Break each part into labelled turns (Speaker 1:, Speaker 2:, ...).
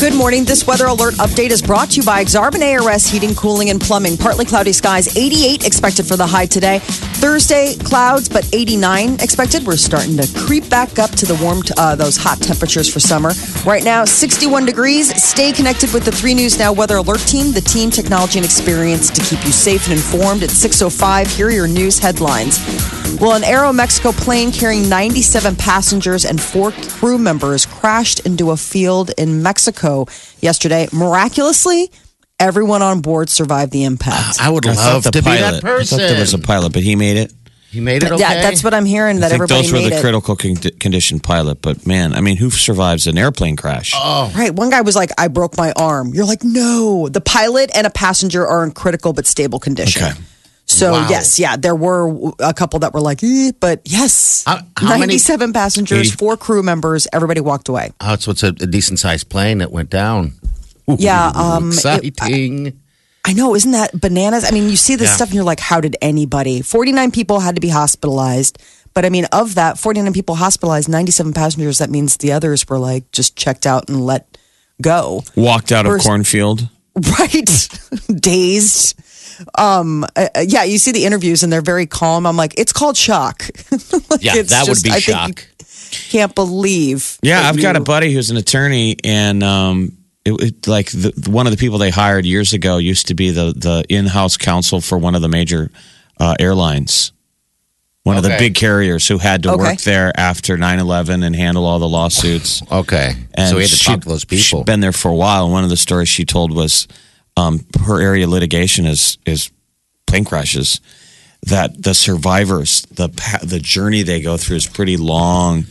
Speaker 1: Good morning. This weather alert update is brought to you by Xarban ARS Heating, Cooling, and Plumbing. Partly cloudy skies, 88 expected for the high today. Thursday, clouds, but 89 expected. We're starting to creep back up to the warm, uh, those hot temperatures for summer. Right now, 61 degrees. Stay connected with the 3 News Now Weather Alert Team, the team, technology, and experience to keep you safe and informed. At 6.05, here are your news headlines. Well, an Aero Mexico plane carrying 97 passengers and four crew members crashed into a field in Mexico yesterday. Miraculously, everyone on board survived the impact.
Speaker 2: I would
Speaker 3: I
Speaker 2: love
Speaker 3: thought
Speaker 2: to
Speaker 3: the
Speaker 2: be that
Speaker 3: pilot-
Speaker 2: person.
Speaker 3: I thought there was a pilot, but he made it.
Speaker 2: He made it okay.
Speaker 1: Yeah, that's what I'm hearing that
Speaker 3: I think
Speaker 1: everybody
Speaker 3: those were
Speaker 1: made
Speaker 3: the
Speaker 1: it.
Speaker 3: critical con- condition pilot. But man, I mean, who survives an airplane crash?
Speaker 2: Oh,
Speaker 1: Right. One guy was like, I broke my arm. You're like, no. The pilot and a passenger are in critical but stable condition.
Speaker 3: Okay.
Speaker 1: So,
Speaker 2: Wow.
Speaker 1: yes, yeah, there were a couple that were like, eh, but yes.
Speaker 2: How- how many-
Speaker 1: 97 passengers,
Speaker 3: Eighty-
Speaker 1: four crew members, everybody walked away.
Speaker 2: Oh, so it's a, a decent sized plane that went down.
Speaker 1: Yeah, um, it-
Speaker 2: Exciting.
Speaker 1: I know, isn't that bananas? I mean, you see this
Speaker 2: Yeah.
Speaker 1: stuff and you're like, how did anybody? 49 people had to be hospitalized. But I mean, of that, 49 people hospitalized, 97 passengers, that means the others were like just checked out and let go.
Speaker 3: Walked out of
Speaker 1: First-
Speaker 3: cornfield.
Speaker 1: Right? Dazed. Um, uh, uh, yeah, you see the interviews and they're very calm. I'm like, it's called shock. Like,
Speaker 2: Yeah,
Speaker 1: it's
Speaker 2: that would be
Speaker 1: I think
Speaker 2: shock.
Speaker 1: you Can't believe.
Speaker 3: Yeah,
Speaker 1: that
Speaker 3: I've got a
Speaker 1: you-
Speaker 3: buddy who's an attorney, and um, it, it, like the, one of the people they hired years ago used to be the the in house counsel for one of the major uh, airlines, one of the
Speaker 2: Okay.
Speaker 3: big carriers who had to
Speaker 1: Okay.
Speaker 3: work there after 9-11 and handle all the lawsuits.
Speaker 2: Okay. so we had to
Speaker 3: she'd-
Speaker 2: talk to those people.
Speaker 3: She'd been there for a while. And one of the stories she told was um, her area litigation is is plane crashes. That the survivors, the pa- the journey they go through is pretty long.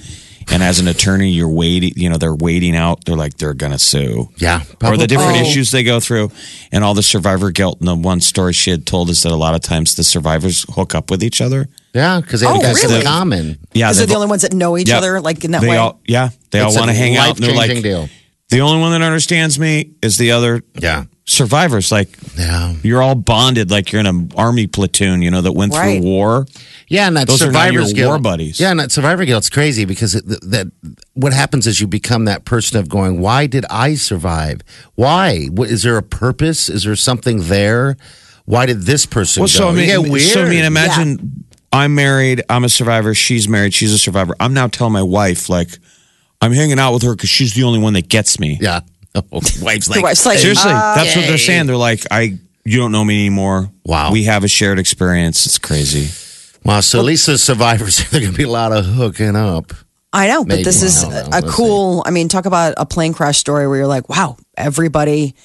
Speaker 3: And as an attorney, you're waiting. You know, they're waiting out. They're like they're gonna sue.
Speaker 2: yeah.
Speaker 3: Or the
Speaker 2: probably.
Speaker 3: different
Speaker 1: Oh.
Speaker 3: issues they go through, and all the survivor guilt. And the one story she had told is that a lot of times the survivors hook up with each other.
Speaker 2: Yeah, because they
Speaker 1: Oh,
Speaker 2: have got
Speaker 1: really?
Speaker 2: in common.
Speaker 3: Yeah,
Speaker 1: These are
Speaker 3: they've-
Speaker 1: the only ones that know each
Speaker 3: Yeah.
Speaker 1: other, like in that
Speaker 3: they
Speaker 1: way.
Speaker 3: all yeah they all
Speaker 2: It's a
Speaker 3: want to hang out. And they're like
Speaker 2: life-changing deal.
Speaker 3: the only one that understands me is the other
Speaker 2: Yeah.
Speaker 3: survivors. Like
Speaker 2: Yeah.
Speaker 3: you're all bonded, like you're in an army platoon, you know, that went
Speaker 1: Right.
Speaker 3: through war.
Speaker 2: Yeah, and that
Speaker 3: Those are now your
Speaker 2: survivor's guilt.
Speaker 3: war buddies.
Speaker 2: Yeah, and that survivor guilt's crazy because it, that what happens is you become that person of going, "Why did I survive? Why? What, is there a purpose? Is there something there? Why did this person?"
Speaker 3: Well, so
Speaker 2: go?
Speaker 3: I mean,
Speaker 2: You get weird.
Speaker 3: so I mean, imagine I'm married, I'm a survivor, she's married, she's a survivor. I'm now telling my wife like I'm hanging out with her because she's the only one that gets me.
Speaker 2: yeah, Oh, wife's
Speaker 1: Your
Speaker 2: like,
Speaker 1: wife's like,
Speaker 3: Seriously,
Speaker 1: uh,
Speaker 3: that's what they're saying. They're like, I, you don't know me anymore.
Speaker 2: Wow.
Speaker 3: we have a shared experience. It's crazy.
Speaker 2: "Wow." So at least the survivors, there's gonna be a lot of hooking up.
Speaker 1: I know, but
Speaker 2: Maybe.
Speaker 1: this is
Speaker 2: I don't
Speaker 1: a
Speaker 2: know. We'll
Speaker 1: cool. I mean, talk about a plane crash story where you're like, wow, everybody,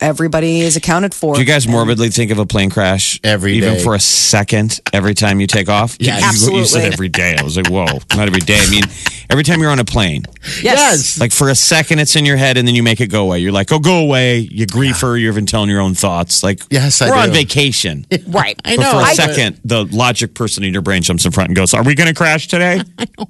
Speaker 1: everybody is accounted for.
Speaker 3: Do you guys morbidly think of a plane crash
Speaker 2: Every
Speaker 3: even
Speaker 2: day.
Speaker 3: for a second every time you take off?
Speaker 2: Yeah,
Speaker 3: You- you, said
Speaker 1: absolutely.
Speaker 3: every day. I was like, whoa, not every day. I mean, every time you're on a plane,
Speaker 1: Yes.
Speaker 3: like for a second, it's in your head, and then you make it go away. You're like, oh, go away. You griefer. You're even telling your own thoughts. Like,
Speaker 2: Yes, I
Speaker 3: we're on
Speaker 2: do.
Speaker 3: vacation.
Speaker 1: right?
Speaker 2: I
Speaker 3: But
Speaker 2: know.
Speaker 3: for a
Speaker 2: I-
Speaker 3: second, the logic person in your brain jumps in front and goes, "Are we going to crash today?"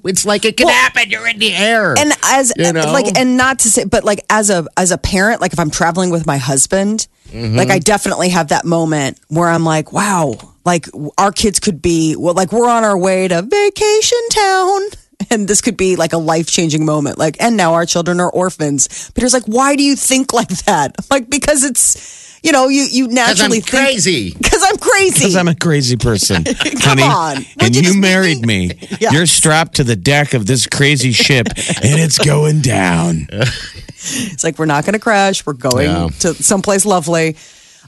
Speaker 2: It's like it can happen. You're in the air.
Speaker 1: And as uh,
Speaker 2: You know?
Speaker 1: like, and not to say, but like as a as a parent, like if I'm traveling with my husband,
Speaker 2: Mm-hmm.
Speaker 1: like I definitely have that moment where I'm like, wow, like our kids could be well, like we're on our way to vacation town. And this could be like a life changing moment. Like, and now our children are orphans. Peter's like, why do you think like that? Like, because it's, you know, you, you
Speaker 2: 'Cause I'm
Speaker 1: naturally think
Speaker 2: crazy.
Speaker 1: Because I'm crazy.
Speaker 3: Because I'm a crazy person.
Speaker 1: Come
Speaker 3: honey,
Speaker 1: on.
Speaker 3: And
Speaker 1: Would you
Speaker 3: you,
Speaker 1: just be
Speaker 3: married me.
Speaker 1: Yeah.
Speaker 3: You're strapped to the deck of this crazy ship, and it's going down.
Speaker 1: it's like, we're not going to crash. We're going
Speaker 2: Yeah.
Speaker 1: to someplace lovely.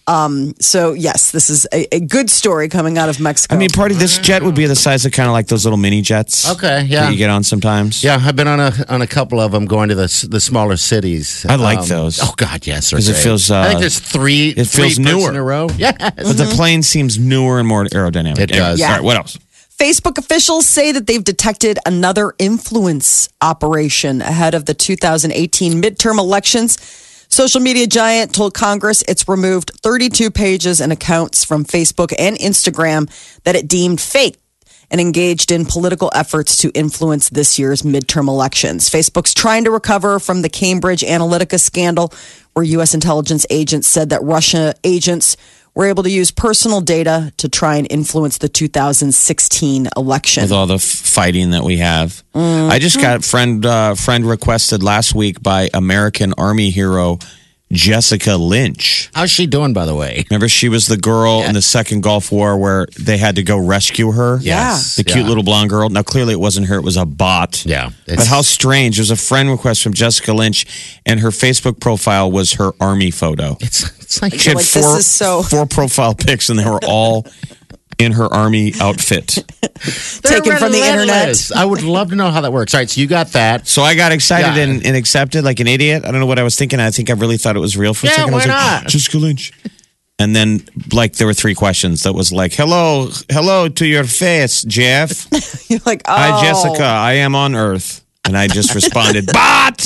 Speaker 1: Um, so, yes, this is a, a good story coming out of Mexico.
Speaker 3: I mean, party. This jet would be the size of kind of like those little mini jets.
Speaker 2: Okay, yeah.
Speaker 3: that you get on sometimes.
Speaker 2: Yeah, I've been on a on a couple of them going to the s- the smaller cities.
Speaker 3: I like those.
Speaker 2: Oh God, yes, they're
Speaker 3: 'Cause it
Speaker 2: great.
Speaker 3: feels,
Speaker 2: I think
Speaker 3: uh,
Speaker 2: there's three.
Speaker 3: it feels
Speaker 2: three birds
Speaker 3: newer.
Speaker 2: in a row. Yes.
Speaker 3: but the plane seems newer and more aerodynamic.
Speaker 2: It does.
Speaker 3: All
Speaker 1: Yeah.
Speaker 3: right, what else?
Speaker 1: Facebook officials say that they've detected another influence operation ahead of the 2018 midterm elections. Social media giant told Congress it's removed 32 pages and accounts from Facebook and Instagram that it deemed fake and engaged in political efforts to influence this year's midterm elections. Facebook's trying to recover from the Cambridge Analytica scandal, where U.S. intelligence agents said that Russia agents were able to use personal data to try and influence the 2016 election.
Speaker 3: with all the f- fighting that we have. I just
Speaker 1: Mm-hmm.
Speaker 3: got friend uh, friend requested last week by American Army hero Jessica Lynch.
Speaker 2: How's she doing, by the way?
Speaker 3: Remember, she was the girl in the second Gulf War where they had to go rescue her.
Speaker 1: Yeah.
Speaker 3: the cute
Speaker 2: Yeah.
Speaker 3: little blonde girl. Now, clearly, it wasn't her; it was a bot.
Speaker 2: Yeah,
Speaker 3: but
Speaker 2: it's-
Speaker 3: how strange! It was a friend request from Jessica Lynch, and her Facebook profile was her army photo.
Speaker 2: It's it's like
Speaker 3: She had
Speaker 1: Like, this
Speaker 3: four
Speaker 1: is so-
Speaker 3: four profile pics, and they were all in her army outfit.
Speaker 1: Taken from the internet.
Speaker 2: relentless. I would love to know how that works. All right, so you got that.
Speaker 3: So I got excited
Speaker 2: Yeah.
Speaker 3: and, and accepted like an idiot. I don't know what I was thinking. I think I really thought it was real for a
Speaker 2: Yeah,
Speaker 3: second. I was
Speaker 2: why
Speaker 3: like,
Speaker 2: not?
Speaker 3: Jessica Lynch. And then, like, there were three questions that was like, hello, hello to your face, Jeff.
Speaker 1: You're like, oh,
Speaker 3: Hi, Jessica. I am on Earth. And I just responded, bot!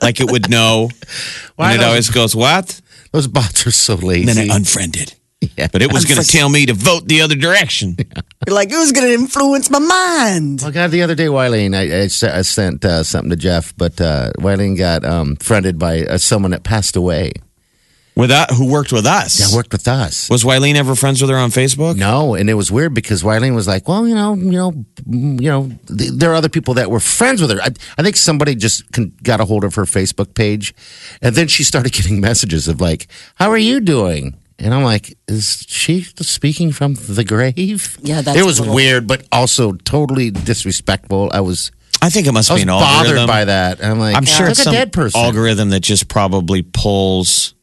Speaker 3: Like it would know.
Speaker 2: Why
Speaker 3: and it
Speaker 2: don't-
Speaker 3: always goes, what?
Speaker 2: Those bots are so lazy.
Speaker 3: And then I unfriended. But it was going to tell me to vote the other direction.
Speaker 1: You're like, who's going to influence my mind?
Speaker 2: Oh God! The other day, Wileen, I, I, s- I sent uh, something to Jeff, but uh, Wileen got um, friended by uh, someone that passed away.
Speaker 3: With that, who worked with us?
Speaker 2: Yeah, worked with us.
Speaker 3: was Wileen ever friends with her on Facebook?
Speaker 2: No, and it was weird because Wileen was like, "Well, you know, you know, mm, you know, th- there are other people that were friends with her." I, I think somebody just con- got a hold of her Facebook page, and then she started getting messages of like, "How are you doing?" And I'm like, "Is she speaking from the grave?"
Speaker 1: Yeah, that's
Speaker 2: it was
Speaker 1: a little-
Speaker 2: weird, but also totally disrespectful. I was,
Speaker 3: I think it must
Speaker 2: I
Speaker 3: be
Speaker 2: was
Speaker 3: an
Speaker 2: bothered
Speaker 3: algorithm.
Speaker 2: by that. I'm like,
Speaker 3: I'm sure
Speaker 2: "Look
Speaker 3: it's
Speaker 2: at
Speaker 3: some
Speaker 2: dead person.
Speaker 3: algorithm that just probably pulls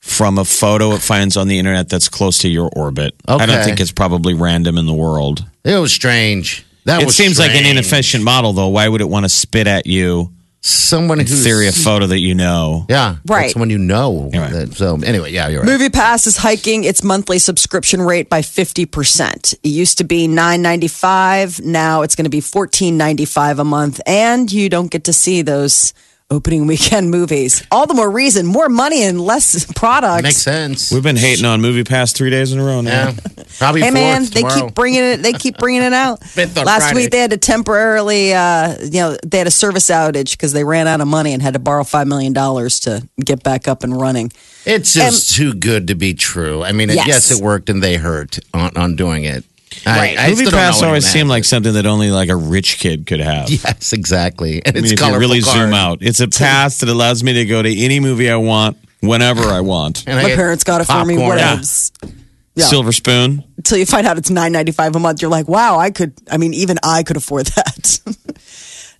Speaker 3: from a photo it finds on the internet that's close to your orbit. I don't
Speaker 2: Okay.
Speaker 3: think it's probably random in the world.
Speaker 2: It was strange. That
Speaker 3: it
Speaker 2: was
Speaker 3: seems like an
Speaker 2: strange.
Speaker 3: inefficient model, though. Why would it want to spit at you
Speaker 2: Someone who's
Speaker 3: theory a photo that you know?
Speaker 2: Yeah,
Speaker 1: Right.
Speaker 2: Someone you know.
Speaker 3: Anyway.
Speaker 2: That- So anyway, yeah, you're right.
Speaker 1: Movie Pass is hiking its monthly subscription rate by 50%. It used to be 9.95, now it's going to be 14.95 a month and you don't get to see those opening weekend movies. All the more reason, more money and less products.
Speaker 2: Makes sense.
Speaker 3: We've been hating on Movie Pass three days in a row now.
Speaker 2: Yeah, probably.
Speaker 1: Hey
Speaker 2: fourth
Speaker 1: man, they
Speaker 2: tomorrow.
Speaker 1: keep bringing it. They keep bringing it out.
Speaker 2: Fifth on
Speaker 1: Last
Speaker 2: Friday.
Speaker 1: week they had to temporarily, uh, you know, they had a service outage because they ran out of money and had to borrow five million dollars to get back up and running.
Speaker 2: It's just too good to be true. I mean, it- yes,
Speaker 1: um, Yes.
Speaker 2: it worked, and they hurt on, on doing it.
Speaker 1: Right.
Speaker 2: I, I
Speaker 3: Movie
Speaker 2: still don't know
Speaker 3: Pass
Speaker 2: what
Speaker 3: always
Speaker 2: it
Speaker 3: seemed like
Speaker 2: meant.
Speaker 3: something that only like a rich kid could have.
Speaker 2: Yes, exactly. And
Speaker 3: I
Speaker 2: it's
Speaker 3: mean, if you
Speaker 2: colorful
Speaker 3: really zoom
Speaker 2: card.
Speaker 3: out, it's a pass that allows me to go to any movie I want, whenever I want.
Speaker 2: And I
Speaker 1: My
Speaker 2: get
Speaker 1: parents got it for me.
Speaker 2: popcorn.
Speaker 1: What
Speaker 3: Yeah.
Speaker 1: else? Yeah.
Speaker 3: Silver spoon.
Speaker 1: until you find out it's nine ninety five a month. You're like, wow, I could. I mean, even I could afford that.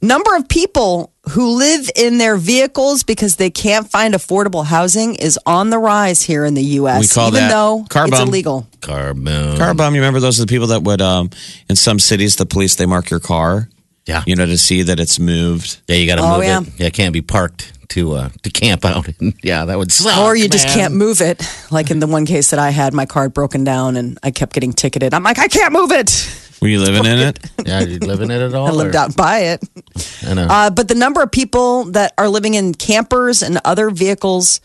Speaker 1: Number of people who live in their vehicles because they can't find affordable housing is on the rise here in the U.S.
Speaker 3: We call
Speaker 1: even
Speaker 3: that
Speaker 1: though
Speaker 3: car
Speaker 1: it's
Speaker 3: bum.
Speaker 1: illegal.
Speaker 2: Car boom.
Speaker 3: Car bomb. You remember those are the people that would, um, in some cities, the police they mark your car.
Speaker 2: Yeah.
Speaker 3: You know to see that it's moved.
Speaker 2: Yeah, you got to
Speaker 1: Oh,
Speaker 2: move
Speaker 1: yeah.
Speaker 2: it. Yeah, it can't be parked to uh to camp out. in. yeah, that would suck.
Speaker 1: Or you just
Speaker 2: man.
Speaker 1: can't move it. Like in the one case that I had, my car had broken down and I kept getting ticketed. I'm like, I can't move it.
Speaker 3: Were you living in it?
Speaker 2: Yeah, you living it at all?
Speaker 1: I lived
Speaker 2: or-
Speaker 1: out by it.
Speaker 2: I know.
Speaker 1: Uh, but the number of people that are living in campers and other vehicles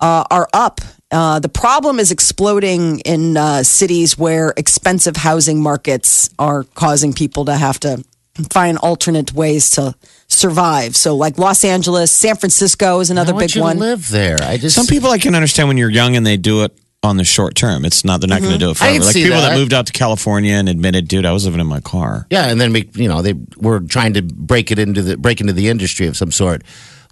Speaker 1: uh, are up. Uh, the problem is exploding in uh, cities where expensive housing markets are causing people to have to find alternate ways to survive. So, like Los Angeles, San Francisco is another
Speaker 2: Why would
Speaker 1: big
Speaker 2: you
Speaker 1: one.
Speaker 2: Live there. I just
Speaker 3: Some people I can understand when you're young and they do it on the short term. It's not they're not going to do it
Speaker 2: Mm-hmm. I
Speaker 3: forever.
Speaker 2: can
Speaker 3: Like
Speaker 2: see
Speaker 3: people that.
Speaker 2: that.
Speaker 3: moved out to California and admitted, dude, I was living in my car.
Speaker 2: Yeah, and then we, you know, they were trying to break it into the break into the industry of some sort.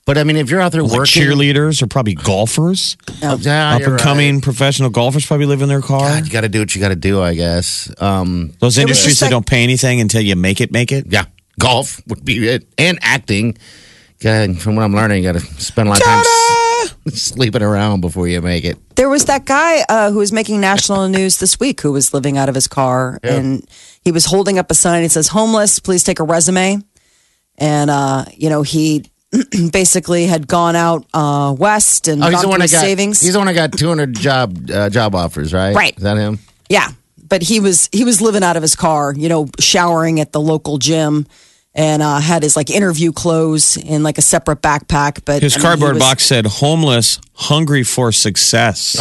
Speaker 2: But I mean, if you're out there
Speaker 3: Like
Speaker 2: working,
Speaker 3: cheerleaders or probably golfers,
Speaker 2: yeah,
Speaker 3: up
Speaker 2: you're
Speaker 3: and
Speaker 2: right.
Speaker 3: coming professional golfers probably live in their car.
Speaker 2: God, you got to do what you got to do, I guess. Um,
Speaker 1: was
Speaker 3: Those industries
Speaker 1: just
Speaker 3: that
Speaker 1: like-
Speaker 3: don't pay anything until you make it, make it.
Speaker 2: yeah, golf would be it, and acting. God, from what I'm learning, you got to spend a lot of time. sleeping around before you make it.
Speaker 1: There was that guy uh, who was making national news this week who was living out of his car and he was holding up a sign. It says, Homeless, please take a resume. And, uh, you know, he basically had gone out uh, west and
Speaker 2: Oh,
Speaker 1: gone
Speaker 2: he's the
Speaker 1: through
Speaker 2: one I
Speaker 1: his
Speaker 2: got.
Speaker 1: savings.
Speaker 2: He's the one I got 200 job uh, job offers, right?
Speaker 1: Right.
Speaker 2: Is that him?
Speaker 1: Yeah, but he was he was living out of his car, you know, showering at the local gym, and uh, had his like interview clothes in like a separate backpack. But
Speaker 3: His
Speaker 1: I mean, he
Speaker 3: cardboard
Speaker 1: was-
Speaker 3: box said, homeless, hungry for
Speaker 2: Oh.
Speaker 3: success.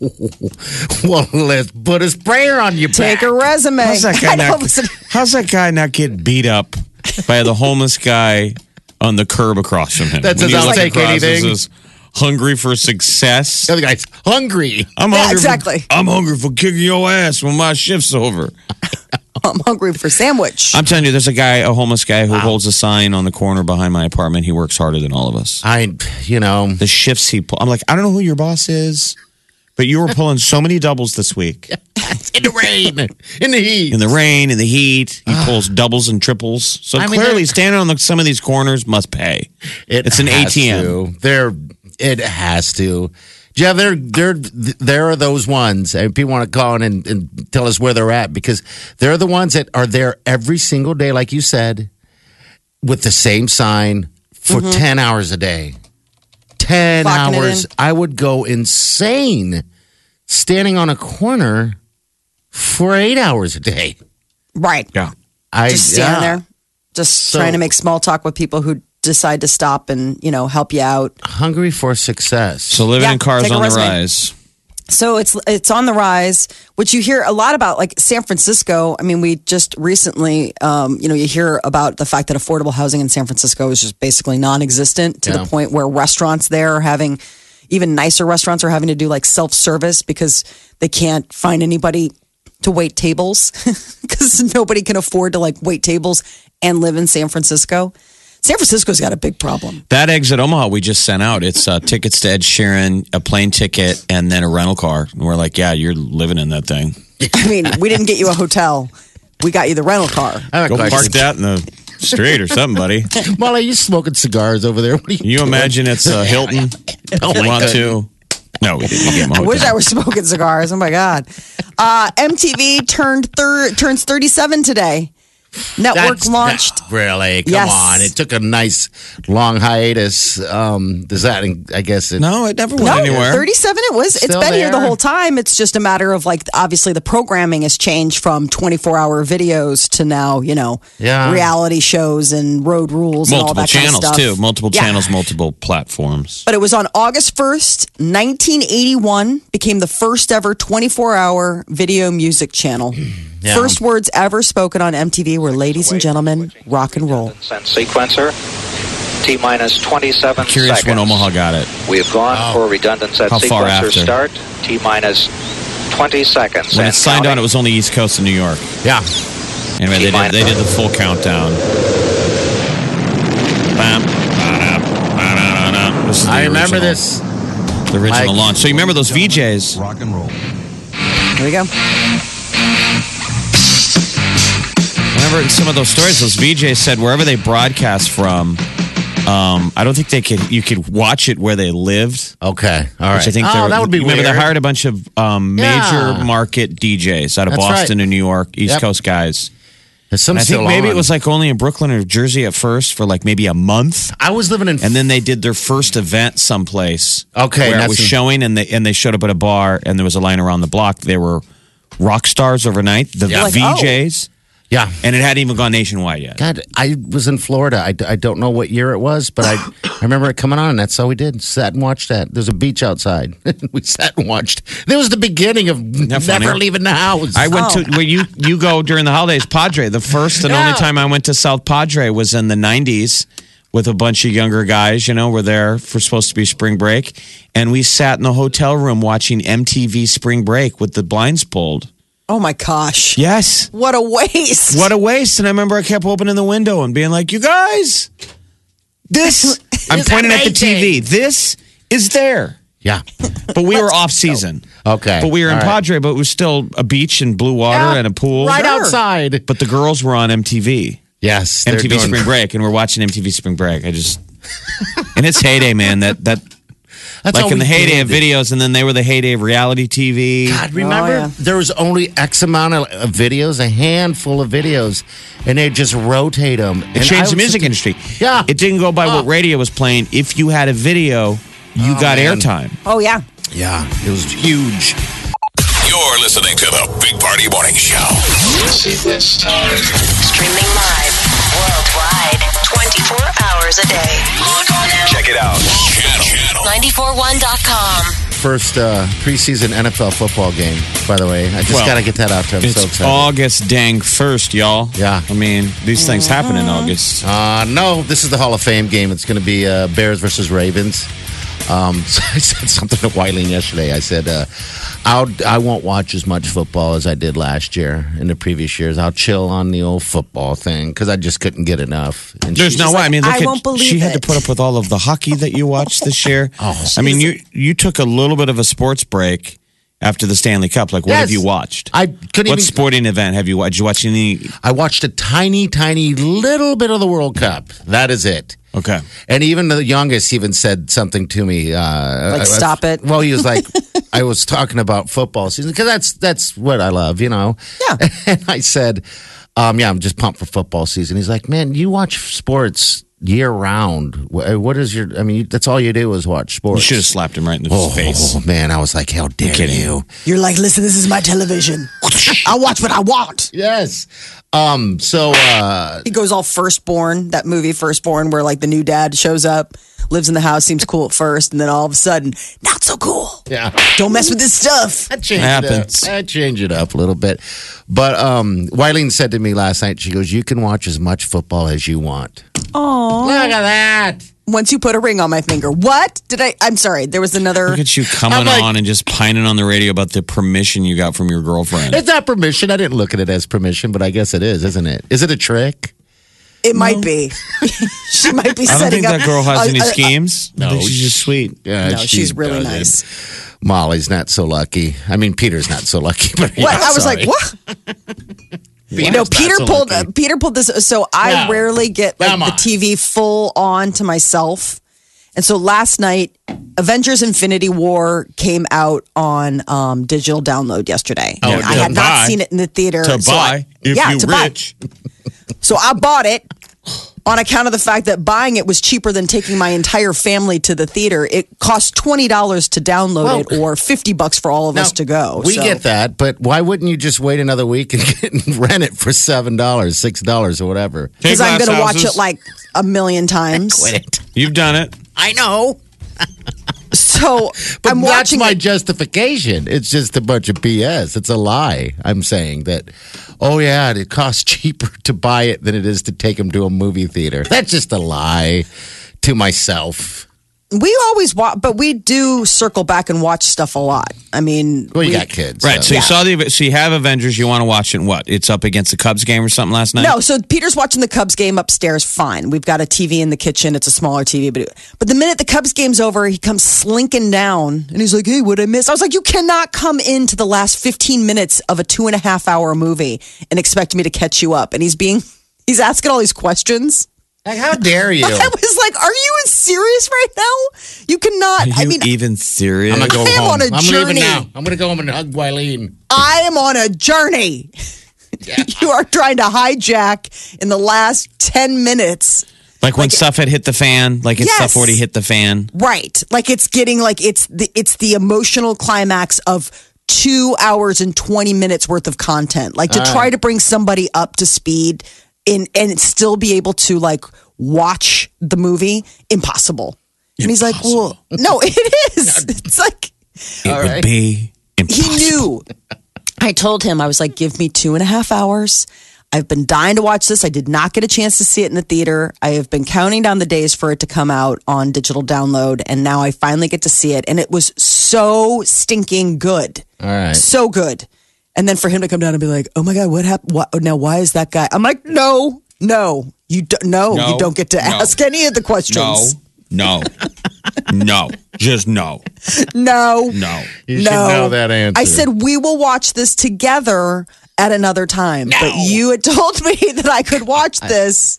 Speaker 2: Well, let's put a sprayer on you.
Speaker 1: Take
Speaker 2: back.
Speaker 1: a resume.
Speaker 3: How's that guy
Speaker 1: I know,
Speaker 3: not,
Speaker 1: listen,
Speaker 3: how's that guy not get beat up by the homeless guy on the curb across from him?
Speaker 2: That says,
Speaker 3: When you
Speaker 2: "I'll
Speaker 3: look
Speaker 2: take
Speaker 3: across, it
Speaker 2: anything."
Speaker 3: says, Hungry for success.
Speaker 2: The other guy's hungry.
Speaker 3: I'm
Speaker 1: Yeah,
Speaker 3: hungry for-
Speaker 1: exactly.
Speaker 3: I'm hungry for kicking your ass when my shift's over.
Speaker 1: I'm hungry for sandwich.
Speaker 3: I'm telling you, there's a guy, a homeless guy, who holds a sign on the corner behind my apartment. He works harder than all of us.
Speaker 2: I, you know,
Speaker 3: The shifts he pull, I'm like, I don't know who your boss is, but you were pulling so many doubles this week
Speaker 2: in the rain, in the heat.
Speaker 3: in the rain, in the heat. He pulls doubles and triples. So
Speaker 2: I mean,
Speaker 3: clearly,
Speaker 2: they're-
Speaker 3: standing on the, some of these corners must pay.
Speaker 2: It
Speaker 3: It's an
Speaker 2: has
Speaker 3: ATM.
Speaker 2: To. There, it has to. Yeah, there, there, there are those ones, and people want to call in and, and tell us where they're at because they're the ones that are there every single day, like you said, with the same sign for ten hours a day. Ten
Speaker 1: Clocking Mm-hmm. it
Speaker 2: hours,
Speaker 1: in.
Speaker 2: I would go insane standing on a corner for eight hours a day.
Speaker 1: right,
Speaker 3: Yeah.
Speaker 2: I
Speaker 1: just standing
Speaker 2: yeah,
Speaker 1: there, just
Speaker 2: So-
Speaker 1: trying to make small talk with people who decide to stop and you know help you out.
Speaker 2: hungry for success.
Speaker 3: So living
Speaker 1: Yeah,
Speaker 3: in cars
Speaker 1: take a
Speaker 3: on the
Speaker 1: resume.
Speaker 3: rise.
Speaker 1: So it's it's on the rise, which you hear a lot about, like San Francisco. I mean, we just recently, um, you know, you hear about the fact that affordable housing in San Francisco is just basically non-existent to the point where restaurants there are having, even nicer restaurants are having to do like self-service because they can't find anybody to wait tables because nobody can afford to like wait tables and live in San Francisco. San Francisco's got a big problem.
Speaker 3: That exit Omaha we just sent out. It's uh, tickets to Ed Sheeran, a plane ticket, and then a rental car. And we're like, yeah, you're living in that thing.
Speaker 1: I mean, we didn't get you a hotel. We got you the rental car.
Speaker 2: I have a
Speaker 3: Go park
Speaker 2: question.
Speaker 3: that in the street or something, buddy. Can
Speaker 2: Molly, you smoking cigars over there? What are you
Speaker 3: you imagine it's a Hilton?
Speaker 2: Oh my
Speaker 3: Want
Speaker 2: God.
Speaker 3: to? No, we didn't get
Speaker 1: I wish I were smoking cigars. Oh my god! Uh, MTV turned thir- turns thirty seven today. Network
Speaker 2: That's-
Speaker 1: launched.
Speaker 2: no, really? Come
Speaker 1: Yes.
Speaker 2: on. It took a nice long hiatus. Um, does that, I guess, it,
Speaker 3: No, it never went
Speaker 1: No,
Speaker 3: anywhere.
Speaker 1: thirty seven. It was. it's
Speaker 2: Still
Speaker 1: been here the
Speaker 2: there.
Speaker 1: whole time. It's just a matter of like obviously the programming has changed from twenty four hour videos to now you know
Speaker 2: Yeah.
Speaker 1: reality shows and road rules and all
Speaker 3: multiple
Speaker 1: that
Speaker 3: channels
Speaker 1: kind of
Speaker 3: too.
Speaker 1: stuff.
Speaker 3: Multiple
Speaker 1: Yeah.
Speaker 3: channels, multiple platforms.
Speaker 1: But it was on August 1st, 1981, became the first ever 24 hour video music channel. First words ever spoken on MTV were, ladies and gentlemen, rock and roll.
Speaker 4: Send sequencer. T minus 27
Speaker 3: Curious
Speaker 4: seconds.
Speaker 3: when Omaha got it.
Speaker 4: We have gone for redundance at
Speaker 3: How far
Speaker 4: sequencer
Speaker 3: after?
Speaker 4: start. T minus 20 seconds.
Speaker 3: When
Speaker 4: and
Speaker 3: it signed on,
Speaker 4: counting.
Speaker 3: it was only East Coast and New York.
Speaker 2: Yeah.
Speaker 3: Anyway, they did, they did the full countdown. Bam, ba-da, ba-da-da-da. This is the
Speaker 2: I remember
Speaker 3: original-
Speaker 2: this.
Speaker 3: The original
Speaker 2: Like-
Speaker 3: launch. So you remember those VJs?
Speaker 5: Rock and roll.
Speaker 1: There we go.
Speaker 3: Remember in some of those stories, those VJs said wherever they broadcast from, um, I don't think they could. You could watch it where they lived.
Speaker 2: Okay. All right.
Speaker 3: Which I think they
Speaker 2: oh,
Speaker 3: were-
Speaker 2: that would be
Speaker 3: you Remember
Speaker 2: weird.
Speaker 3: they hired a bunch of um, major
Speaker 2: Yeah.
Speaker 3: market DJs out of
Speaker 2: That's
Speaker 3: Boston
Speaker 2: right.
Speaker 3: and New York, East
Speaker 2: Yep.
Speaker 3: Coast guys.
Speaker 2: There's some
Speaker 3: And I
Speaker 2: still
Speaker 3: think maybe
Speaker 2: on.
Speaker 3: it was like only in Brooklyn or Jersey at first for like maybe a month.
Speaker 2: I was living in.
Speaker 3: And then they did their first event someplace.
Speaker 2: Okay,
Speaker 3: where it
Speaker 2: that's
Speaker 3: was
Speaker 2: in-
Speaker 3: showing, and they and they showed up at a bar, and there was a line around the block. They were rock stars overnight, the
Speaker 1: Like, oh.
Speaker 3: VJs,
Speaker 2: yeah.
Speaker 3: and it hadn't even gone nationwide yet.
Speaker 2: God, I was in Florida. I, I don't know what year it was, but I, I remember it coming on, and that's all we did. Sat and watched that. There's a beach outside. we sat and watched. That was the beginning of
Speaker 3: that funny?
Speaker 2: never leaving the house.
Speaker 3: I went to where you you go during the holidays, Padre. The first and only
Speaker 2: Yeah.
Speaker 3: time I went to South Padre was in the '90s with a bunch of younger guys. You know, we're there for supposed to be spring break, and we sat in the hotel room watching MTV Spring Break with the blinds pulled.
Speaker 1: Oh my gosh.
Speaker 3: Yes,
Speaker 1: What a waste.
Speaker 3: what a waste! And I remember I kept opening the window and being like, "You guys, this." I'm pointing at the TV. This is there.
Speaker 2: yeah.
Speaker 3: But we were off season.
Speaker 2: Okay.
Speaker 3: But we were in
Speaker 2: All right.
Speaker 3: Padre, but it was still a beach and blue water
Speaker 2: Yeah,
Speaker 3: and a pool.
Speaker 2: Right
Speaker 3: Sure.
Speaker 2: outside.
Speaker 3: But the girls were on MTV.
Speaker 2: Yes. they're
Speaker 3: MTV
Speaker 2: doing-
Speaker 3: Spring Break, and we're watching MTV Spring Break. I just in its heyday, man. That that
Speaker 2: That's all
Speaker 3: like in
Speaker 2: we
Speaker 3: the heyday of
Speaker 2: did.
Speaker 3: videos, and then they were the heyday of reality TV.
Speaker 2: God, remember
Speaker 3: Oh,
Speaker 1: yeah.
Speaker 2: there was only X amount of of videos, a handful of videos, and they just rotate them.
Speaker 3: It changed the music industry.
Speaker 2: Yeah.
Speaker 3: It didn't go by
Speaker 2: Oh.
Speaker 3: what radio was playing. If you had a video, you
Speaker 2: Oh,
Speaker 3: got
Speaker 2: man.
Speaker 3: airtime.
Speaker 1: Oh, yeah.
Speaker 2: Yeah, it was huge.
Speaker 5: You're listening to the Big Party Morning Show.
Speaker 6: Streaming live worldwide 24 hours a day. Log on now.
Speaker 5: Check it out. Channel. Channel.
Speaker 6: 941.com.
Speaker 2: First uh, preseason NFL football game, by the way. I just
Speaker 3: Well,
Speaker 2: got to get that out to him.
Speaker 3: It's
Speaker 2: So excited.
Speaker 3: August dang first, y'all.
Speaker 2: Yeah.
Speaker 3: I mean, these things happen in
Speaker 1: Mm-hmm.
Speaker 3: August.
Speaker 2: Uh, no, this is the Hall of Fame game. It's going to be uh, Bears versus Ravens. Um, so I said something to Wyling yesterday. I said, uh, I'll, I won't watch as much football as I did last year in the previous years. I'll chill on the old football thing because I just couldn't get enough. And
Speaker 3: There's
Speaker 2: she's
Speaker 3: no way.
Speaker 2: like,
Speaker 3: I mean, look
Speaker 1: I
Speaker 3: at,
Speaker 1: won't believe
Speaker 3: she had to
Speaker 1: it.
Speaker 3: put up with all of the hockey that you watched this year. oh, I mean, you you took a little bit of a sports break after the Stanley Cup. Like, what
Speaker 2: Yes.
Speaker 3: have you watched?
Speaker 2: I couldn't even.
Speaker 3: what sporting event have you watched? Did you watch any?
Speaker 2: I watched a tiny, tiny little bit of the World Cup. That is it.
Speaker 3: Okay.
Speaker 2: And even the youngest even said something to me. Uh,
Speaker 1: Like,
Speaker 2: I- I-
Speaker 1: stop it.
Speaker 2: Well, he was like, I was talking about football season because that's that's what I love, you know.
Speaker 1: Yeah.
Speaker 2: And I said, um, yeah, I'm just pumped for football season. He's like, man, you watch sports year round. Wh- What is your? I mean, that's all you do is watch
Speaker 3: You
Speaker 2: sports.
Speaker 3: should have slapped him right in the
Speaker 2: Oh,
Speaker 3: face.
Speaker 2: man, I was like, how dare
Speaker 3: kidding.
Speaker 2: you?
Speaker 1: You're like, listen, this is my television. I watch what I want.
Speaker 2: Yes. Um. So. uh
Speaker 1: He goes all firstborn, that movie Firstborn, where like the new dad shows up, lives in the house, seems cool at first, and then all of a sudden, not so cool.
Speaker 2: Yeah.
Speaker 1: Don't mess with this stuff.
Speaker 2: I change
Speaker 3: Happens.
Speaker 2: it up. I change it up a little bit. But um Wileen said to me last night, she goes, You can watch as much football as you want. Oh look at that.
Speaker 1: Once you put a ring on my finger, what did I? I'm sorry. There was another.
Speaker 3: Look at you coming
Speaker 2: I'm like-
Speaker 3: on and just pining on the radio about the permission you got from your girlfriend.
Speaker 2: It's not permission. I didn't look at it as permission, but I guess it is, isn't it? Is it a trick?
Speaker 1: It might be. she might be
Speaker 3: I don't
Speaker 1: setting
Speaker 3: think
Speaker 1: up.
Speaker 3: that girl has
Speaker 1: a-
Speaker 3: any
Speaker 1: a-
Speaker 3: schemes. I think she's just sweet.
Speaker 2: Yeah,
Speaker 1: No, she's really
Speaker 2: doesn't.
Speaker 1: nice.
Speaker 2: Molly's not so lucky. I was like, "What?" Peter's not so lucky. I mean, Peter's not so lucky. But
Speaker 1: What? I was like, what? no, Peter pulled. Uh, Peter pulled this. So I
Speaker 2: No.
Speaker 1: rarely get like,
Speaker 2: Come
Speaker 1: the
Speaker 2: on.
Speaker 1: TV full on to myself. And so last night, Avengers: Infinity War came out on um, digital download yesterday.
Speaker 3: Oh,
Speaker 1: and I
Speaker 3: to
Speaker 1: had not
Speaker 3: buy.
Speaker 1: seen it in the theater.
Speaker 3: To
Speaker 1: so I-
Speaker 3: buy, if
Speaker 1: yeah,
Speaker 3: you
Speaker 1: to buy.
Speaker 3: rich.
Speaker 1: So I bought it on account of the fact that buying it was cheaper than taking my entire family to the theater. It cost twenty dollars to download it,
Speaker 2: Well-
Speaker 1: or fifty bucks for all of us to go.
Speaker 2: We
Speaker 1: So-
Speaker 2: get that, but why wouldn't you just wait another week and, get, and rent it for seven dollars, six dollars, or whatever?
Speaker 1: because I'm going to watch it
Speaker 3: Houses,
Speaker 1: like a million times.
Speaker 3: you've done it.
Speaker 2: I know.
Speaker 1: So
Speaker 2: But
Speaker 1: I'm
Speaker 2: that's
Speaker 1: watching.
Speaker 2: my
Speaker 1: it.
Speaker 2: justification. It's just a bunch of BS. It's a lie. I'm saying that. Oh yeah, it costs cheaper to buy it than it is to take them to a movie theater. That's just a lie to myself.
Speaker 1: we always watch, but we do circle back and watch stuff a lot. I mean,
Speaker 2: Well, you
Speaker 1: we-
Speaker 2: got kids,
Speaker 3: Right. So you saw the. So you have Avengers. You want to watch it? And what? It's up against the Cubs game or something last night.
Speaker 1: No, so Peter's watching the Cubs game upstairs. Fine, we've got a TV in the kitchen. It's a smaller TV, but but the minute the Cubs game's over, he comes slinking down and he's like, "Hey, what I miss?" I was like, "You cannot come into the last fifteen minutes of a two and a half hour movie and expect me to catch you up." And he's being he's asking all these questions.
Speaker 2: Like, how dare you?
Speaker 1: I was like, "Are you serious right now? You cannot."
Speaker 3: Are you
Speaker 1: I mean,
Speaker 3: even serious?
Speaker 2: I'm gonna go
Speaker 1: I am
Speaker 2: home.
Speaker 1: on a
Speaker 2: I'm
Speaker 1: journey.
Speaker 2: leaving now. I'm gonna go home and hug Wileen.
Speaker 1: I am on a journey. you are trying to hijack in the last 10 minutes.
Speaker 3: like when stuff had hit the fan. Like it's
Speaker 1: Yes.
Speaker 3: stuff already hit the fan.
Speaker 1: Right. Like it's getting like it's the it's the emotional climax of 2 hours and 20 minutes worth of content. Like to try to bring somebody up to speed in and still be able to like watch the movie impossible. And he's like, "Well, no, it is." It's like
Speaker 3: It would
Speaker 2: right.
Speaker 3: be.
Speaker 1: he knew. I told him, I was like, give me two and a half hours. I've been dying to watch this. I did not get a chance to see it in the theater. I have been counting down the days for it to come out on digital download, and now I finally get to see it. And it was so stinking good.
Speaker 2: All right.
Speaker 1: So good. And then for him to come down and be like, oh my God, what happened? What, now, why is that guy? I'm like, no, no, you don't, no,
Speaker 3: No,
Speaker 1: you don't get to
Speaker 3: no.
Speaker 1: ask any of the questions.
Speaker 3: No. No. no. Just no.
Speaker 1: No.
Speaker 3: No.
Speaker 2: You should know that answer.
Speaker 1: I said we will watch this together at another time. But you had told me that I could watch this.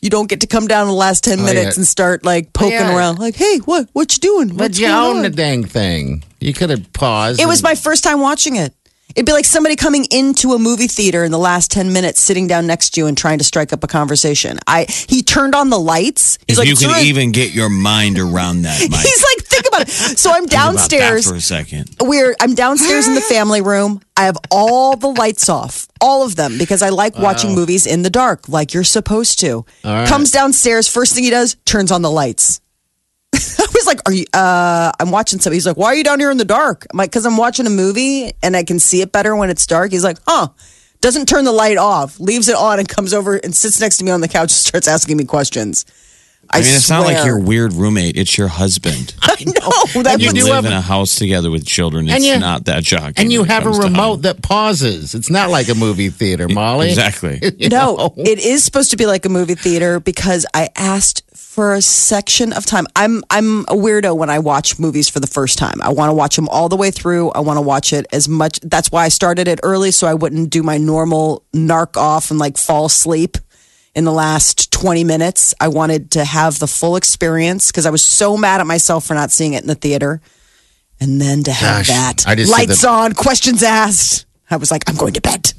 Speaker 1: You don't get to come down in the last 10
Speaker 2: Oh,
Speaker 1: minutes
Speaker 2: yeah.
Speaker 1: and start like poking
Speaker 2: yeah.
Speaker 1: around like, "Hey, what what you doing?
Speaker 2: But
Speaker 1: What's
Speaker 2: you
Speaker 1: going
Speaker 2: own
Speaker 1: on?"
Speaker 2: the dang thing. You could have paused.
Speaker 1: It was
Speaker 2: and-
Speaker 1: my first time watching it. It'd be like somebody coming into a movie theater in the last 10 minutes, sitting down next to you and trying to strike up a conversation. I He turned on the lights. He's like,
Speaker 3: you can
Speaker 1: "Try-"
Speaker 3: even get your mind around that, Mike.
Speaker 1: He's like, think about it. So I'm
Speaker 3: Think about that
Speaker 1: downstairs.
Speaker 3: for a second.
Speaker 1: We're I'm downstairs in the family room. I have all the lights off, all of them, because I like watching movies in the dark, like you're supposed to. Comes downstairs, first thing he does, turns on the lights. I was like, "Are you?" Uh, I'm watching something. He's like, "Why are you down here in the dark?" I'm like, "Cause I'm watching a movie and I can see it better when it's dark." He's like, "Huh." Doesn't turn the light off, leaves it on, and comes over and sits next to me on the couch and starts asking me questions. I,
Speaker 3: I mean, it's not like
Speaker 1: swear.
Speaker 3: your weird roommate; it's your husband.
Speaker 1: No, that
Speaker 3: you
Speaker 1: would-
Speaker 3: live in a house together with children. It's
Speaker 2: And you-
Speaker 3: not that jock.
Speaker 2: And you
Speaker 3: when it
Speaker 2: have a
Speaker 3: comes to
Speaker 2: remote
Speaker 3: home. E,
Speaker 2: that pauses. It's not like a movie theater, Molly.
Speaker 3: Exactly.
Speaker 2: You
Speaker 1: no,
Speaker 2: know?
Speaker 1: it is supposed to be like a movie theater because I asked for a section of time. I'm I'm a weirdo when I watch movies for the first time. I want to watch them all the way through. I want to watch it as much. That's why I started it early so I wouldn't do my normal narc off and like fall asleep in the last 20 minutes. I wanted to have the full experience because I was so mad at myself for not seeing it in the theater. And then to
Speaker 2: Gosh,
Speaker 1: have that
Speaker 2: I just said
Speaker 1: lights
Speaker 2: that-
Speaker 1: on, questions asked. I was like, I'm going to bed.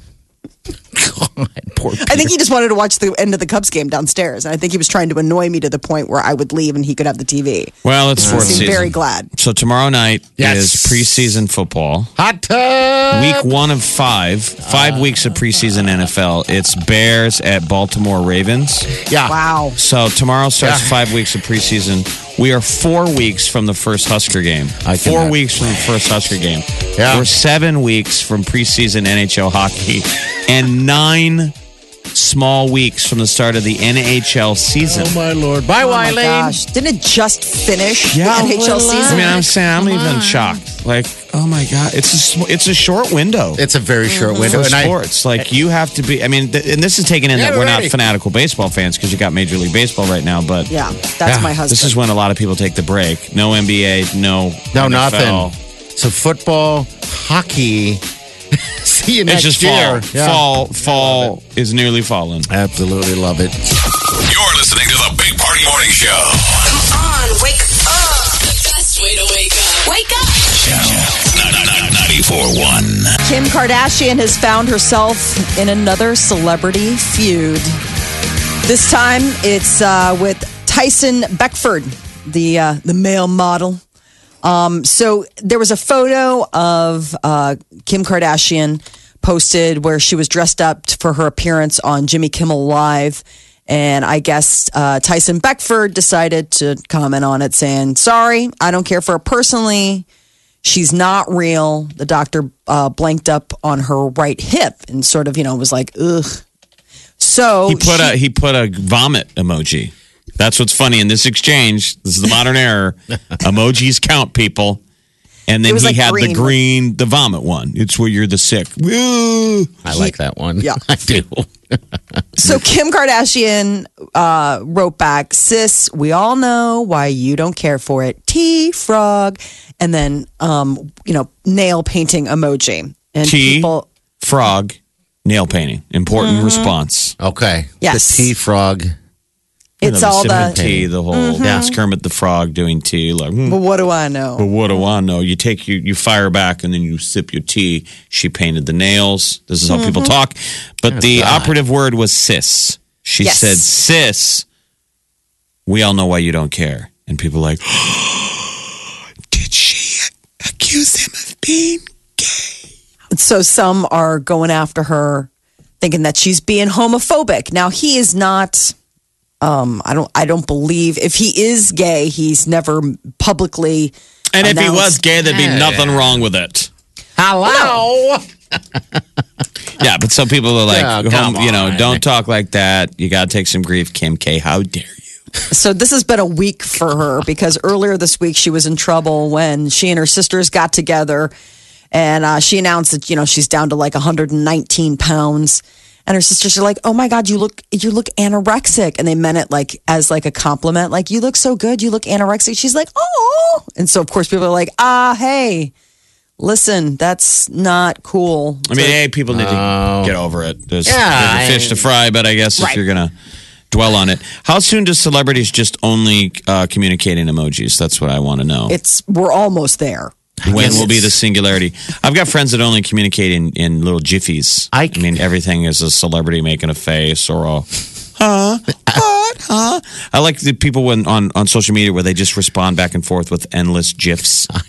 Speaker 2: God, poor
Speaker 1: I think he just wanted to watch the end of the Cubs game downstairs. And I think he was trying to annoy me to the point where I would leave and he could have the TV.
Speaker 3: Well, it's
Speaker 1: He
Speaker 3: fourth
Speaker 1: seemed
Speaker 3: season.
Speaker 1: very glad.
Speaker 3: so tomorrow night
Speaker 2: Yes. Uh,
Speaker 3: is preseason football.
Speaker 2: hot tub.
Speaker 3: Week one of five, five weeks of preseason NFL. It's Bears at Baltimore Ravens.
Speaker 2: Yeah.
Speaker 1: Wow. Oh
Speaker 3: So tomorrow starts
Speaker 2: Yeah.
Speaker 3: five weeks of preseason. We are four weeks from the first Husker game.
Speaker 2: I
Speaker 3: four
Speaker 2: cannot-
Speaker 3: weeks from the first Husker game.
Speaker 2: Yeah.
Speaker 3: We're seven weeks from preseason NHL hockey and nine small weeks from the start of the NHL season.
Speaker 2: Oh my lord. Bye,
Speaker 1: Oh my
Speaker 2: Wiley.
Speaker 1: gosh. Didn't it just finish
Speaker 3: Yeah,
Speaker 1: the NHL
Speaker 3: I
Speaker 1: season?
Speaker 3: mean, I'm saying I'm even shocked. Like, oh my god, it's a sm- it's a short window.
Speaker 2: Mm-hmm. It's a very short window,
Speaker 3: for
Speaker 2: and I-
Speaker 3: sports. like you have to be. I mean, th- and this is taking in
Speaker 2: Yeah,
Speaker 3: that we're
Speaker 2: ready.
Speaker 3: not fanatical baseball fans because you got Major League Baseball right now. But
Speaker 1: yeah, that's my husband.
Speaker 3: This is when a lot of people take the break. No NBA, no
Speaker 2: No,
Speaker 3: NFL.
Speaker 2: nothing. So football, hockey. See you
Speaker 3: It's
Speaker 2: next
Speaker 3: just fall.
Speaker 2: year. Yeah.
Speaker 3: Fall, fall is nearly fallen.
Speaker 1: Oh,
Speaker 2: Absolutely love it.
Speaker 5: You're listening to the Big Party Morning Show.
Speaker 6: Come on, wake up. The best way to wake up. Wake up.
Speaker 5: Channel 941.
Speaker 1: Kim Kardashian has found herself in another celebrity feud. This time it's uh, with Tyson Beckford, the uh, the male model. Um, so there was a photo of uh, Kim Kardashian posted where she was dressed up for her appearance on Jimmy Kimmel Live. And I guess uh, Tyson Beckford decided to comment on it, saying, Sorry, I don't care for her personally. She's not real. The doctor uh, blanked up on her right hip and sort of, you know, was like, Ugh. So
Speaker 3: He put
Speaker 1: she-
Speaker 3: a he put a vomit emoji. That's what's funny in this exchange. This is the modern era. Emojis count, people.
Speaker 1: It
Speaker 3: And then
Speaker 1: was
Speaker 3: he
Speaker 1: like
Speaker 3: had
Speaker 1: green.
Speaker 3: the green, the vomit one. It's where you're the sick. Woo.
Speaker 2: I like that one.
Speaker 1: Yeah.
Speaker 2: I do.
Speaker 1: So Kim Kardashian uh, wrote back, "Sis, we all know why you don't care for it." T frog, and then um, you know nail painting emoji and
Speaker 3: T.
Speaker 1: people.
Speaker 3: Frog, nail painting. Important
Speaker 1: Mm-hmm.
Speaker 3: response.
Speaker 2: Okay. The
Speaker 1: Yes.
Speaker 2: T Frog.
Speaker 3: You
Speaker 1: It's
Speaker 3: know,
Speaker 1: all
Speaker 3: sipping
Speaker 1: the. Mm-hmm.
Speaker 3: tea, the whole it's Kermit the Frog doing tea. Like, mm,
Speaker 1: But what do I
Speaker 3: But
Speaker 1: know?
Speaker 3: what do I know? You take you you fire back and then you sip your tea. She painted the nails. This is how people talk. But the operative word was sis. She
Speaker 1: Yes.
Speaker 3: said, "Sis, we all know why you don't care." And people are like, did she accuse him of being?
Speaker 1: So some are going after her, thinking that she's being homophobic. Now he is not. Um, I don't. I don't believe if he is gay, he's never publicly.
Speaker 3: And if he was
Speaker 1: announced-
Speaker 3: gay, there'd be nothing wrong with it.
Speaker 2: Hello.
Speaker 3: Yeah, but some people are like,
Speaker 2: Yeah,
Speaker 3: "Hom-
Speaker 2: come
Speaker 3: you know,
Speaker 2: on."
Speaker 3: don't talk like that. You got to take some grief, Kim K. How dare you?
Speaker 1: So this has been a week for her because earlier this week she was in trouble when she and her sisters got together, and uh, she announced that you know she's down to like 119 pounds, and her sisters are like, "Oh my god, you look you look anorexic," and they meant it like as like a compliment, like "You look so good, you look anorexic." She's like, "Oh," and so of course people are like, "Ah, hey." Listen, that's not cool.
Speaker 3: I mean, hey, people need to get over it. There's,
Speaker 2: Yeah,
Speaker 3: there's a fish to fry, but I guess if you're gonna dwell on it. How soon do celebrities just only uh, communicate in emojis? That's what I want to know.
Speaker 1: It's we're almost there.
Speaker 3: when will be the singularity? I've got friends that only communicate in, in little jiffies.
Speaker 2: I-
Speaker 3: mean, everything is a celebrity making a face or a. Huh? What? Huh? I like the people when on, on social media where they just respond back and forth with endless gifs.
Speaker 2: I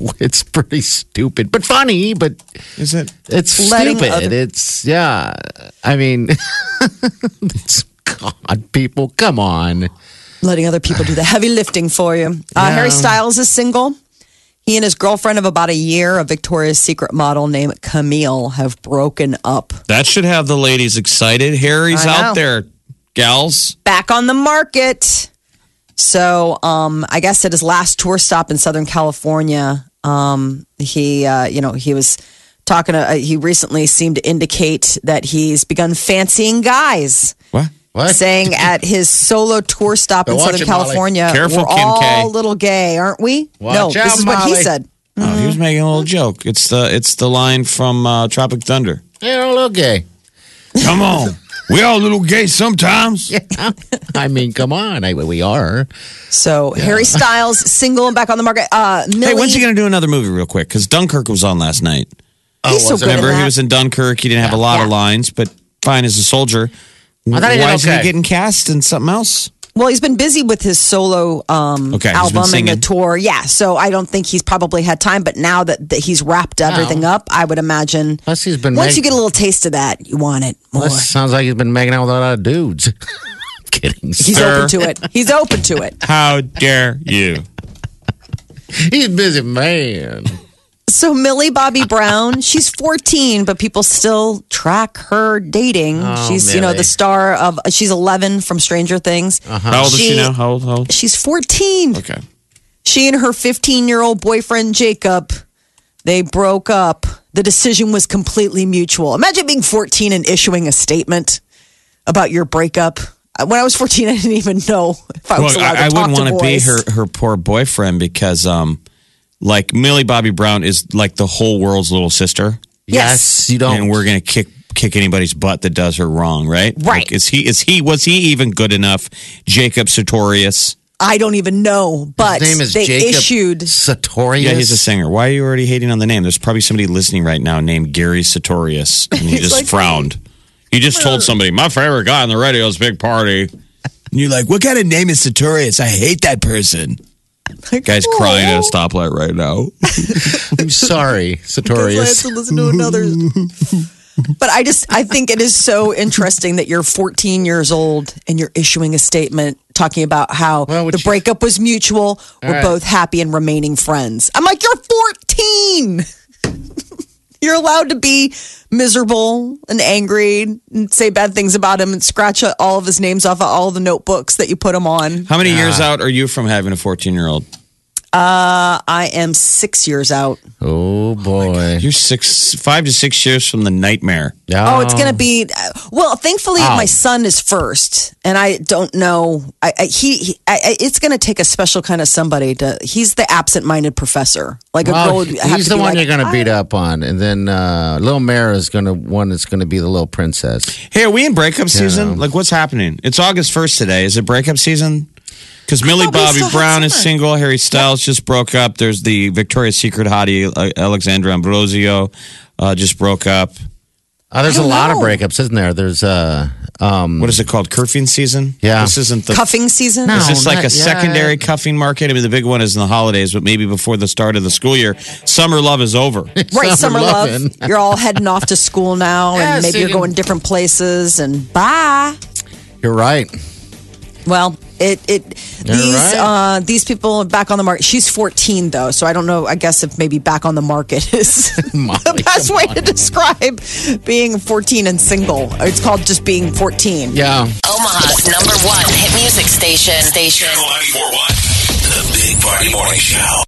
Speaker 2: know it's pretty stupid, but funny. But
Speaker 3: Is it?
Speaker 2: it's
Speaker 1: Letting
Speaker 2: stupid.
Speaker 1: other-
Speaker 2: it's yeah. I mean, it's, God, people, come on.
Speaker 1: letting other people do the heavy lifting for you. Uh, Harry Styles is single. He and his girlfriend of about a year, a Victoria's Secret model named Camille, have broken up.
Speaker 3: That should have the ladies excited. Harry's
Speaker 1: I know.
Speaker 3: out there, gals.
Speaker 1: Back on the market. So, um, I guess at his last tour stop in Southern California, um, he, uh, you know, he was talking. To, uh, he recently seemed to indicate that he's begun fancying guys.
Speaker 3: What?
Speaker 2: What?
Speaker 1: saying at his solo tour stop in
Speaker 2: Watch
Speaker 1: Southern
Speaker 2: it, Molly.
Speaker 1: California,
Speaker 3: Careful,
Speaker 1: we're
Speaker 3: Kim
Speaker 1: all
Speaker 3: K.
Speaker 1: little gay, aren't we?
Speaker 2: Watch
Speaker 1: no,
Speaker 2: out,
Speaker 1: this is what he
Speaker 2: Molly.
Speaker 1: said.
Speaker 3: Oh, he was making a little joke. It's the it's the line from uh, Tropic Thunder.
Speaker 2: You're a little gay.
Speaker 3: Come on, we all a little gay sometimes.
Speaker 2: I mean, come on. I, we are.
Speaker 1: So Harry Styles, single and back on the market. Uh, Millie,
Speaker 3: Hey, when's he going to do another movie, real quick? Because Dunkirk was on last night.
Speaker 1: he's so
Speaker 2: was it?
Speaker 1: good at
Speaker 3: Remember,
Speaker 1: that.
Speaker 3: he was in Dunkirk. He didn't have a lot of lines, but fine as a soldier.
Speaker 2: I thought he did
Speaker 3: Why isn't he
Speaker 2: okay.
Speaker 3: getting cast in something else?
Speaker 1: well, he's been busy with his solo um,
Speaker 3: Okay, he's been
Speaker 1: album and the
Speaker 3: singing.
Speaker 1: tour. Yeah, so I don't think he's probably had time. But now that, that he's wrapped everything up, I would imagine
Speaker 2: Plus, he's been.
Speaker 1: once
Speaker 2: mag-
Speaker 1: you get a little taste of that, you want it more.
Speaker 2: Plus, sounds like he's been making out with a lot of dudes. Kidding.
Speaker 1: He's
Speaker 3: Sir.
Speaker 1: open to it. He's open to it.
Speaker 3: How dare you?
Speaker 2: He's a busy man.
Speaker 1: So Millie Bobby Brown, she's 14, but people still track her dating.
Speaker 3: Oh,
Speaker 1: she's you know
Speaker 2: Millie.
Speaker 1: the star of she's 11 from Stranger Things.
Speaker 3: How old is she
Speaker 1: She-
Speaker 3: now? How old? How old?
Speaker 1: She's 14.
Speaker 3: Uh-huh. Okay.
Speaker 1: She and her 15-year-old boyfriend Jacob, they broke up. The decision was completely mutual. Imagine being 14 and issuing a statement about your breakup. When I was 14, I didn't even know if Oh, I was
Speaker 3: Well,
Speaker 1: allowed to
Speaker 3: I, I
Speaker 1: talk
Speaker 3: wouldn't
Speaker 1: to
Speaker 3: want to be
Speaker 1: boys.
Speaker 3: her her poor boyfriend because, um, like Millie Bobby Brown is like the whole world's little sister,
Speaker 1: Yes.
Speaker 2: Yes, you don't.
Speaker 3: and we're gonna kick kick anybody's butt that does her wrong, right?
Speaker 1: Right.
Speaker 3: Like, is he is he was he even good enough? Jacob Sartorius.
Speaker 1: I don't even know, but
Speaker 2: His name is
Speaker 1: they
Speaker 2: Jacob
Speaker 1: issued
Speaker 2: Sartorius.
Speaker 3: Yeah, he's a singer. Why are you already hating on the name? There's probably somebody listening right now named Gary Sartorius, and you just frowned. You just told somebody, my favorite guy on the radio is Big Party. And you're like, what kind of name is Sartorius? I hate that person. Guy's crying at a stoplight right now.
Speaker 2: I'm sorry, Sartorius.
Speaker 1: I had to listen to another. But I just, I think it is so interesting that you're 14 years old and you're issuing a statement talking about how
Speaker 2: Well, would
Speaker 1: the
Speaker 2: you-
Speaker 1: breakup was mutual. We're
Speaker 2: right.
Speaker 1: both happy and remaining friends. I'm like, you're 14. you're allowed to be miserable and angry and say bad things about him and scratch all of his names off of all the notebooks that you put him on.
Speaker 3: How many years out are you from having a 14 year old?
Speaker 1: I am six years out.
Speaker 2: Oh boy.
Speaker 3: You're six, five to six years from the nightmare.
Speaker 2: Yeah.
Speaker 1: Oh, it's going to be. Well, thankfully,
Speaker 2: Oh.
Speaker 1: my son is first, and I don't know. I, I he, he I, I- it's going to take a special kind of somebody to. He's the absent-minded professor, like a girl.
Speaker 2: Well,
Speaker 1: would have
Speaker 2: he's
Speaker 1: to
Speaker 2: the
Speaker 1: be
Speaker 2: one
Speaker 1: like,
Speaker 2: you're going to
Speaker 1: "I-
Speaker 2: beat up on, and then uh, Little Mare is going to one that's going to be the little princess.
Speaker 3: Hey, are we in breakup season? Like, what's happening? It's August 1st today. Is it breakup season? Because Millie Bobby Brown is single. Harry Styles just broke up. There's the Victoria's Secret hottie, uh, Alexandra Ambrosio, uh, just broke up.
Speaker 2: Oh, there's
Speaker 1: I
Speaker 2: a
Speaker 1: don't
Speaker 2: lot of
Speaker 1: know.
Speaker 2: breakups, isn't there? There's uh, um,
Speaker 3: What is it called? Curfing season?
Speaker 2: Yeah.
Speaker 3: This isn't the.
Speaker 1: cuffing season.
Speaker 2: No.
Speaker 3: Is this like
Speaker 2: not
Speaker 3: a
Speaker 2: yet.
Speaker 3: secondary cuffing market? I mean, the big one is in the holidays, but maybe before the start of the school year. Summer love is over.
Speaker 1: Right, summer,
Speaker 2: Summer
Speaker 1: love.
Speaker 2: lovin'.
Speaker 1: You're all heading off to school now,
Speaker 2: Yeah,
Speaker 1: and maybe
Speaker 2: so
Speaker 1: you're
Speaker 2: you-
Speaker 1: going different places. And bye.
Speaker 2: you're right.
Speaker 1: Well, it it
Speaker 2: You're
Speaker 1: these
Speaker 2: right.
Speaker 1: uh, these people are back on the market. She's 14 though, so I don't know. I guess if maybe back on the market is the best way to describe being 14 and single. It's called just being 14.
Speaker 2: Yeah.
Speaker 6: Omaha's number one hit music station. Station.
Speaker 5: Channel 941. The Big Party Morning Show.